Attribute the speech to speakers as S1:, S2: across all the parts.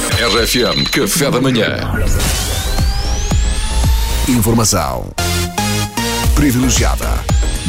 S1: RFM, café da manhã.
S2: Informação privilegiada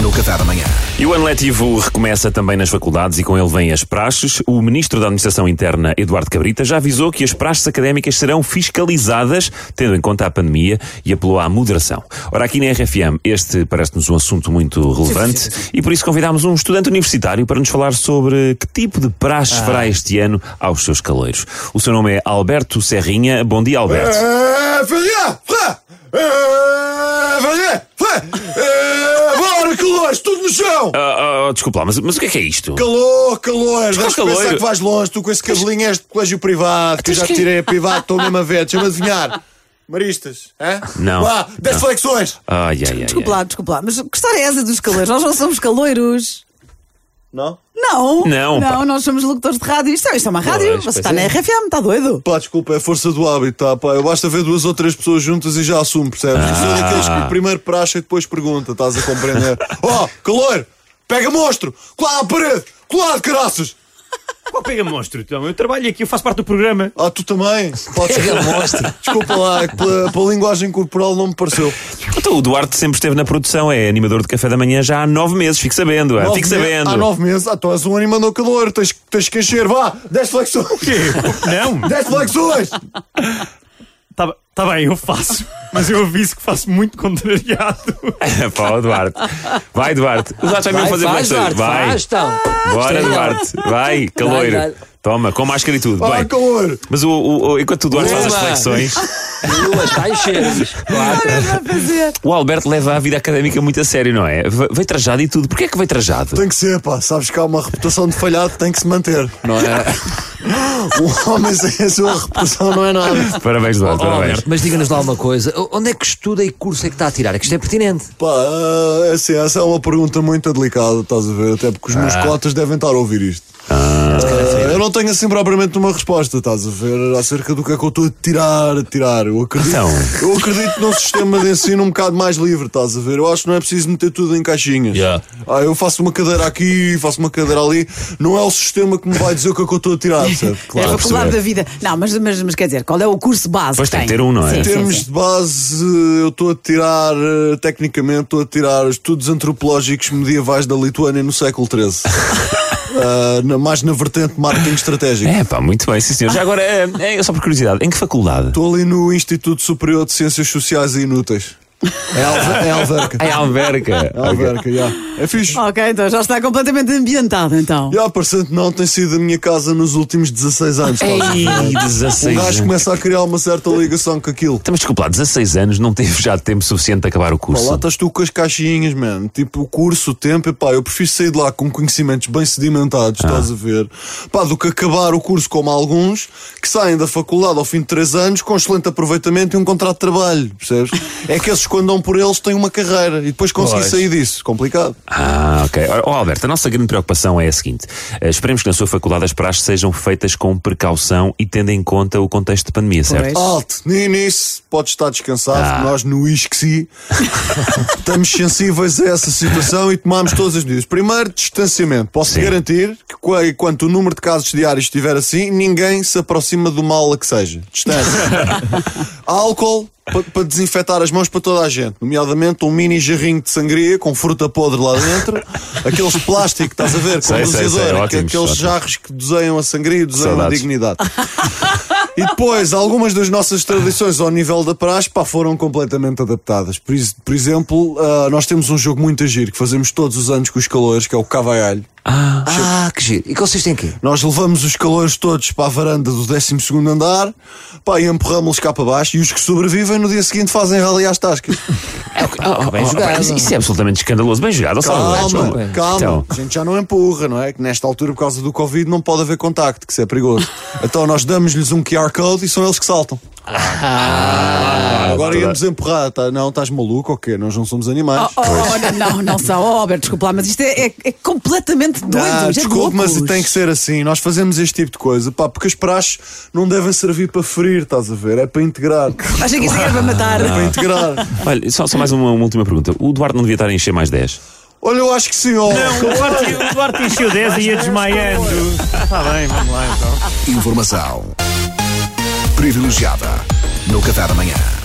S2: no Café da Manhã.
S3: E o ano letivo recomeça também nas faculdades e com ele vêm as praxes. O ministro da Administração Interna, Eduardo Cabrita, já avisou que as praxes académicas serão fiscalizadas, tendo em conta a pandemia, e apelou à moderação. Ora, aqui na RFM, este parece-nos um assunto muito relevante e por isso convidámos um estudante universitário para nos falar sobre que tipo de praxe fará este ano aos seus caleiros. O seu nome é Alberto Serrinha. Bom dia, Alberto.
S4: Bora, calores, tudo no chão!
S3: Ah, ah, desculpa lá, mas, mas o que é que é isto?
S4: Calor, calor,
S3: Estás
S4: vais
S3: calor?
S4: pensar que vais longe, tu com esse cabelinho és de colégio privado, que eu já te tirei a privado, estou mesmo a ver, deixa-me adivinhar. Maristas, é?
S3: Não.
S4: Vá, 10 flexões!
S3: Ai, ai, ai, ai.
S5: Desculpe lá, desculpe lá, mas que história é essa dos caloiros? Nós não somos caloiros.
S4: Não?
S5: Não!
S3: Não, pá.
S5: nós somos locutores de rádio. Isto, é- isto é uma rádio.
S3: Pois,
S5: Você
S3: pois
S5: está
S3: é.
S5: na RFM, está tá doido?
S4: Pá, desculpa, é força do hábito, tá, pá. Eu basta ver duas ou três pessoas juntas e já assumo, percebes?
S3: Ah.
S4: Eu Sou daqueles que primeiro praxa e depois pergunta, estás a compreender? oh, calor! Pega monstro! Colar à parede! Colar de caraças!
S6: Qual pega monstro, então? Eu trabalho aqui, eu faço parte do programa.
S4: Ah, tu também? Podes pegar monstro? Desculpa lá, é que pela, pela linguagem corporal não me pareceu.
S3: Então, o Duarte sempre esteve na produção, é animador de café da manhã já há nove meses, fique sabendo, é,
S4: Nove
S3: fique
S4: meses-
S3: sabendo.
S4: Há nove meses. Ah, tu és um animador calor. Tens, tens que encher. Vá, 10 flexões. O quê?
S6: Não,
S4: 10 flexões.
S6: tá, tá bem, eu faço. Mas eu aviso que faço muito contrariado.
S3: Pá, ó, Duarte. Vai, Duarte. O Duarte vai mesmo fazer
S7: faz,
S3: flexões.
S7: Duarte,
S3: Vai.
S7: faz, então.
S3: Bora, Duarte. Vai, caloiro.
S7: vai.
S3: Toma, com máscara e tudo.
S4: Vá,
S3: Bem,
S4: calor.
S3: mas o, o- o- enquanto o Duarte faz as
S7: Boa.
S3: flexões,
S7: Duas, vai cheiros.
S3: é?
S7: Claro.
S5: Olha, vai fazer.
S3: o Alberto leva a vida académica muito a sério, não é? Ve- Veio trajado e tudo. Porquê é que veio trajado?
S4: Tem que ser, pá. Sabes que há uma reputação de falhado que tem que se manter.
S7: Não é?
S4: Um homem sem a sua reputação não é nada.
S3: Parabéns, Duarte.
S7: Oh,
S3: parabéns.
S7: Alberto, mas diga-nos lá uma coisa: O- onde é que estuda e que curso é que está a tirar? É que isto é pertinente.
S4: Pá, é assim, essa é uma pergunta muito delicada, estás a ver? Até porque os meus cotas devem estar a ouvir isto. Ah, eu não tenho assim propriamente uma resposta, estás a ver? Acerca do que é que eu estou a tirar, a tirar. Eu acredito,
S3: Então.
S4: eu acredito num sistema de ensino um bocado mais livre, estás a ver? Eu acho que não é preciso meter tudo em caixinhas.
S7: Yeah.
S4: Ah, eu faço uma cadeira aqui, faço uma cadeira ali. Não é o sistema que me vai dizer o que é que eu estou a tirar, percebe?
S5: é a
S3: Claro.
S5: faculdade da vida. Não, mas, mas, mas quer dizer, qual é o curso base?
S3: Pois
S5: que
S3: tem que ter um, não é?
S5: Sim,
S4: Em
S5: sim,
S4: termos
S5: sim.
S4: de base, eh, eu estou a tirar, eh, tecnicamente, estou a tirar estudos antropológicos medievais da Lituânia no século XIII. Ah, na, mais na vertente de marketing estratégico.
S3: É, pá, muito bem, sim, senhor. Já agora, é, é, só por curiosidade, em que faculdade?
S4: Estou ali no Instituto Superior de Ciências Sociais e Inúteis. É, alve, é alverca.
S3: Em Alberca.
S4: É alverca, já. É fixe.
S5: Ok, então já está completamente ambientado, então.
S4: Já, parecendo que não, tem sido a minha casa nos últimos 16 anos. estás a ver?
S3: Ei,
S4: O
S3: 16
S4: gajo
S3: anos.
S4: começa a criar uma certa ligação com aquilo.
S3: Então, mas desculpa lá, 16 anos não teve já tempo suficiente de acabar o
S4: Pá, lá
S3: curso.
S4: estás tu com as caixinhas, mano. Tipo, o curso, o tempo, epá, eu prefiro sair de lá com conhecimentos bem sedimentados, estás a ver? Pá, do que acabar o curso como alguns que saem da faculdade ao fim de três anos com excelente aproveitamento e um contrato de trabalho, percebes? é que esses, quando dão por eles, têm uma carreira e depois conseguir sair disso. Complicado.
S3: Ah, ok. Ora, ó, Alberto, a nossa grande preocupação é a seguinte: Eh, esperemos que na sua faculdade as praxes sejam feitas com precaução e tendo em conta o contexto de pandemia, certo? Oh,
S5: Pois.
S4: Alto, nem nisso, podes estar descansado,
S3: Ah.
S4: que nós no ISCSI estamos sensíveis a essa situação e tomamos todas as medidas. Primeiro, distanciamento. Posso
S3: Sim.
S4: garantir que qua- enquanto o número de casos diários estiver assim, ninguém se aproxima de uma aula que seja. Distância. Álcool para desinfetar as mãos para toda a gente, nomeadamente um mini jarrinho de sangria com fruta podre lá dentro, aqueles de plástico, estás a ver, com
S3: Sei, sei, sei,
S4: doseador, aqu-
S3: ótimos,
S4: aqueles
S3: ótimos.
S4: jarros que doseiam a sangria e doseiam a
S3: Saudades.
S4: dignidade. E depois, algumas das nossas tradições ao nível da praxe pá, foram completamente adaptadas. Por, is- por exemplo, ah, nós temos um jogo muito agir que fazemos todos os anos com os calores, que é o cavaialho.
S7: Ah, que giro. E consiste em quê?
S4: Nós levamos os calores todos para a varanda do 12 andar pá, e empurramos-los cá para baixo. E os que sobrevivem no dia seguinte fazem rally às tascas.
S3: Ah, oh,
S7: bem
S3: oh,
S7: jogado.
S3: pá, isso- Isso é absolutamente escandaloso. Bem jogado, ó, Salvador.
S4: Calma,
S3: Desculpa.
S4: calma.
S3: Então,
S4: A gente já não empurra, não é? Que nesta altura, por causa do Covid, não pode haver contacto, que isso é perigoso. Então nós damos-lhes um QR Code e são eles que saltam.
S5: Ah.
S4: Ah, Agora íamos empurrar. Tá, não, estás maluco ou quê? Nós não somos
S5: Oh,
S4: animais. Ah,
S5: oh, oh, não, não são. Oh, Alberto, desculpe lá, mas isto é, é- é completamente doido.
S4: Ah,
S5: é de
S4: desculpe, mas
S5: loucos.
S4: tem que ser assim. Nós fazemos este tipo de coisa, pá, porque as praxes não devem servir para ferir, estás a ver? É para integrar.
S5: Acha que isto é para matar?
S4: É para integrar.
S3: olha, só, só mais uma, uma última pergunta. O Duarte não devia estar a encher mais 10.
S4: Olha, eu acho que sim, ó.
S6: O Duarte, o Duarte encheu 10 e ia desmaiando. Tá bem, vamos lá então.
S2: Informação privilegiada no Café da Manhã.